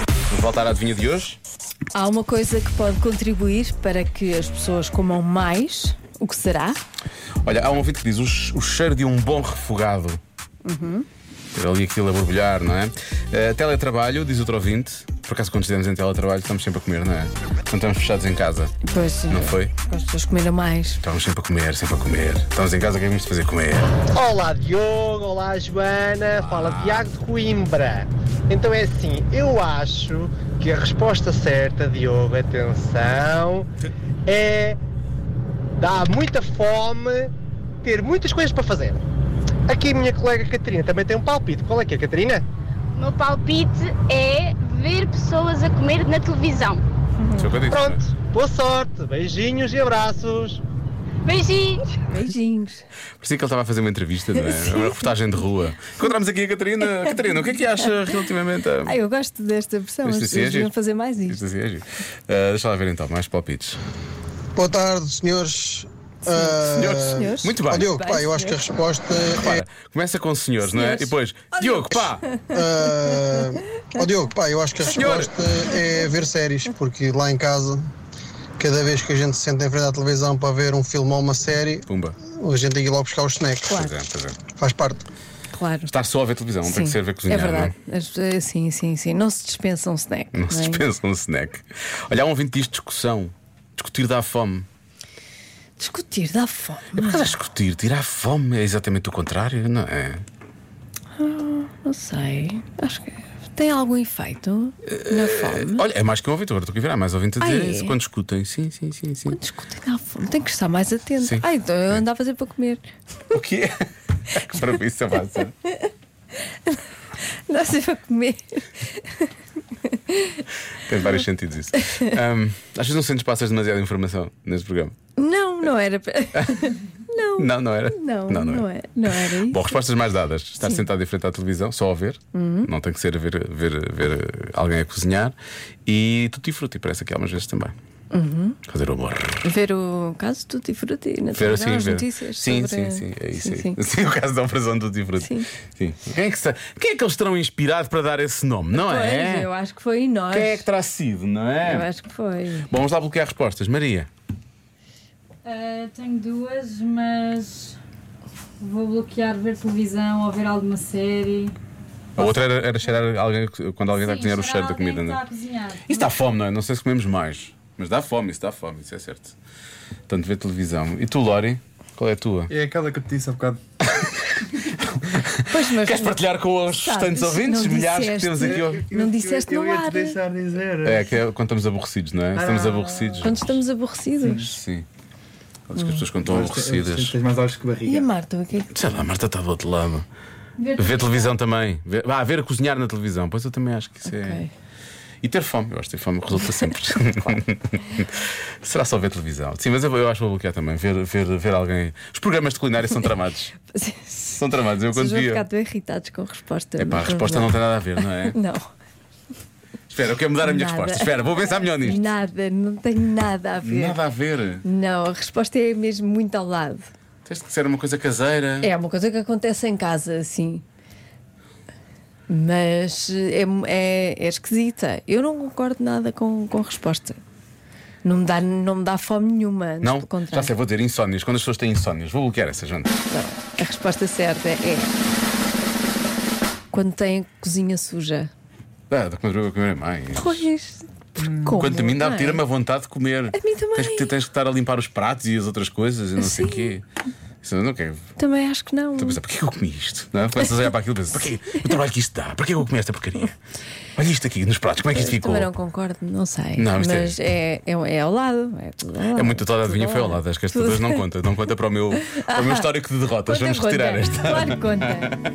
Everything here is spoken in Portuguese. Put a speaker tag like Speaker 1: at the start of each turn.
Speaker 1: Vamos voltar à adivinha de hoje?
Speaker 2: Há uma coisa que pode contribuir para que as pessoas comam mais. O que será?
Speaker 1: Olha, há um ouvinte que diz o, che- o cheiro de um bom refogado. Ter ali aquilo a borbulhar, não é? Eh, teletrabalho, diz outro ouvinte. Por acaso, quando estivemos em teletrabalho, estamos sempre a comer, não é? Quando estamos fechados em casa,
Speaker 2: Pois,
Speaker 1: não
Speaker 2: eh,
Speaker 1: foi?
Speaker 2: as pessoas comeram mais.
Speaker 1: Estamos sempre a comer, sempre a comer. Estamos em casa, o que é que vamos fazer? Comer.
Speaker 3: Olá Diogo, olá Joana, fala Tiago de Coimbra. Então é assim, eu acho que a resposta certa, Diogo, atenção, é dá muita fome ter muitas coisas para fazer. Aqui a minha colega Catarina também tem um palpite. Qual é que é, Catarina?
Speaker 4: O meu palpite é ver pessoas a comer na televisão.
Speaker 1: Foi o que eu disse, não é?
Speaker 3: Pronto, boa sorte, beijinhos e abraços.
Speaker 4: Beijinhos!
Speaker 2: Beijinhos.
Speaker 1: Parecia que ele estava a fazer uma entrevista, não é? Uma reportagem de rua. Encontramos aqui a Catarina. Catarina, o que é que acha relativamente a.
Speaker 2: Ah, eu gosto desta versão. As
Speaker 1: Isto assim é
Speaker 2: pessoas deviam
Speaker 1: giro.
Speaker 2: fazer mais
Speaker 1: Isto
Speaker 2: isto.
Speaker 1: assim é giro. Ah, deixa lá ver então, mais palpites.
Speaker 5: Boa tarde, senhores. Ah,
Speaker 1: Senhores,
Speaker 2: senhores.
Speaker 1: Muito bem.
Speaker 5: ó, Diogo,
Speaker 2: Bem,
Speaker 5: pá, eu acho que a
Speaker 2: senhores.
Speaker 5: resposta é.
Speaker 1: Para. Começa com senhores, não é? E depois,
Speaker 2: Oh,
Speaker 1: Diogo, pá!
Speaker 5: ah, ó, Diogo, pá, eu acho que a
Speaker 1: Senhor.
Speaker 5: resposta é ver séries, porque lá em casa, cada vez que a gente se senta em frente à televisão para ver um filme ou uma série,
Speaker 1: Pumba.
Speaker 5: a gente tem que ir logo buscar os snacks.
Speaker 1: Pois é, pois é.
Speaker 5: Faz parte.
Speaker 2: Claro.
Speaker 1: Estar só a ver televisão, não tem que ser a ver cozinhar.
Speaker 2: é verdade. As- eh, sim, sim, sim. Não se dispensa um snack.
Speaker 1: Não, é? não se
Speaker 2: é?
Speaker 1: dispensa um snack. Olha, há um ouvinte que diz discussão. Discutir dá fome.
Speaker 2: Discutir dá fome.
Speaker 1: Mas a discutir, tirar fome é exatamente o contrário, não é?
Speaker 2: Não sei. Acho que tem algum efeito na fome.
Speaker 1: Olha, é mais que um ouvinte, agora estou aqui a virar, mais ouvinte a dizer
Speaker 2: Hum. Ah, é?
Speaker 1: isso quando discutem. Sim, sim, sim, sim.
Speaker 2: Quando discutir dá fome. Tem que estar mais atento.
Speaker 1: Sim.
Speaker 2: Ah, então eu andava sempre para comer.
Speaker 1: O que é? que para mim isso é avança.
Speaker 2: Andava sempre para comer.
Speaker 1: Tem vários sentidos isso. Ahm, às vezes não sentes passas demasiada informação nesse programa.
Speaker 2: Não, não era. para- não.
Speaker 1: Não, não era?
Speaker 2: Não, não,
Speaker 1: era.
Speaker 2: é. Não era isso. Uhum.
Speaker 1: Bom, respostas mais dadas. Estar sentado em frente à televisão, só a ver. Não tem que ser a ver, ver, ver alguém a cozinhar. E tutti frutti, parece que algumas vezes também.
Speaker 2: Uhum.
Speaker 1: Fazer o amor.
Speaker 2: Ver o caso Tutti Frutti na
Speaker 1: Ver
Speaker 2: televisão,
Speaker 1: assim,
Speaker 2: as
Speaker 1: ver.
Speaker 2: notícias.
Speaker 1: Sim,
Speaker 2: sobre-
Speaker 1: sim, sim. É isso.
Speaker 2: Sim,
Speaker 1: é isso.
Speaker 2: sim.
Speaker 1: Sim, o caso da operação do Tutti Frutti.
Speaker 2: Sim.
Speaker 1: Sim. Quem, é que se- quem é que eles terão inspirado para dar esse nome, não
Speaker 2: Pois,
Speaker 1: é?
Speaker 2: eu acho que foi em nós.
Speaker 1: Quem é que terá sido, não
Speaker 2: Eu
Speaker 1: é?
Speaker 2: acho que foi.
Speaker 1: Bom, vamos lá bloquear respostas. Maria.
Speaker 6: Ah, tenho duas, mas vou bloquear ver televisão ou ver alguma série.
Speaker 1: A outra era, era cheirar alguém, quando alguém está a
Speaker 6: Sim,
Speaker 1: cozinhar o
Speaker 6: será
Speaker 1: cheiro da
Speaker 6: alguém
Speaker 1: comida,
Speaker 6: que
Speaker 1: não é?
Speaker 6: está a cozinhar.
Speaker 1: Isso dá fome, não é? Não sei se comemos mais. Mas dá fome, isso dá fome, isso é certo. Tanto ver televisão. E tu, Lori? Qual é a tua?
Speaker 7: É aquela que eu te disse há bocado.
Speaker 2: Pois, mas
Speaker 1: Queres partilhar com os
Speaker 2: Sabes,
Speaker 1: restantes ouvintes?
Speaker 2: não
Speaker 1: Milhares que
Speaker 2: disseste.
Speaker 1: temos aqui hoje.
Speaker 2: não disseste
Speaker 7: eu,
Speaker 2: no
Speaker 7: eu ia
Speaker 2: ar.
Speaker 7: te deixar dizer.
Speaker 1: É, que é quando estamos aborrecidos, não é? Estamos aborrecidos.
Speaker 2: Ah. Quando estamos aborrecidos.
Speaker 1: Sim. Acho que as pessoas quando estão
Speaker 2: Hum.
Speaker 1: aborrecidas.
Speaker 7: Tens mais olhos que
Speaker 2: E a
Speaker 7: barriga.
Speaker 2: Marta, o que é que.
Speaker 1: Sei lá, a Marta está do outro lado.
Speaker 6: Ver
Speaker 1: Ver televisão também. Ver, ah, ver a cozinhar na televisão. Pois eu também acho que isso é.
Speaker 2: Ok.
Speaker 1: E ter fome, eu acho que ter fome resulta sempre. Será só ver televisão? Sim, mas eu, eu acho que vou bloquear também. Ver, ver, ver alguém. Os programas de culinária são tramados.
Speaker 2: Vocês
Speaker 1: São tramados. Eu quando
Speaker 2: vão
Speaker 1: via.
Speaker 2: ficar tão irritados com a resposta.
Speaker 1: É pá, a
Speaker 2: mas
Speaker 1: resposta não
Speaker 2: vamos
Speaker 1: tem nada a ver, não é?
Speaker 2: lá. Não.
Speaker 1: Espera, eu quero mudar a minha
Speaker 2: Nada.
Speaker 1: resposta. Espera, vou pensar melhor nisto.
Speaker 2: Nada, não tem nada a ver.
Speaker 1: Nada a ver.
Speaker 2: Não, a resposta é mesmo muito ao lado.
Speaker 1: Tens de ser uma coisa caseira.
Speaker 2: É uma coisa que acontece em casa, assim. Mas eh, é, é, é esquisita. Eu não concordo nada com, com a resposta. Não me dá, não me dá fome nenhuma. antes
Speaker 1: Não?
Speaker 2: pelo contrário.
Speaker 1: Já sei, vou dizer insónias. Quando as pessoas têm insónias, vou bloquear essa, Joana.
Speaker 2: Não, A resposta certa é. Quando tem cozinha suja.
Speaker 1: Ah, da comer, comer mais.
Speaker 2: Pois. porque Como?
Speaker 1: Quando também
Speaker 2: não
Speaker 1: dá,
Speaker 2: é?
Speaker 1: tira-me Hum, a vontade de comer.
Speaker 2: A mim também.
Speaker 1: Tens que, tens que estar a limpar os pratos e as outras coisas e não sei o
Speaker 2: Sim.
Speaker 1: quê. Isso eu não quero. Estou
Speaker 2: Também acho que não.
Speaker 1: a pensar, porquê que eu comi isto? Não é? Começas a olhar para aquilo e pensas, porquê? O trabalho que isto dá, porquê que eu comi esta porcaria? Olha isto aqui nos pratos, como é que isto ficou?
Speaker 2: Também não concordo, não sei.
Speaker 1: Não, isto é-
Speaker 2: mas é, é, é ao lado. É, tudo ao lado.
Speaker 1: É muito toda a adivinha
Speaker 2: Tudo
Speaker 1: foi ao lado, acho que esta
Speaker 2: Tudo.
Speaker 1: vez não conta, não conta para o meu, para o meu histórico de derrotas.
Speaker 2: Conta,
Speaker 1: Vamos retirar
Speaker 2: conta.
Speaker 1: esta.
Speaker 2: Claro que conta.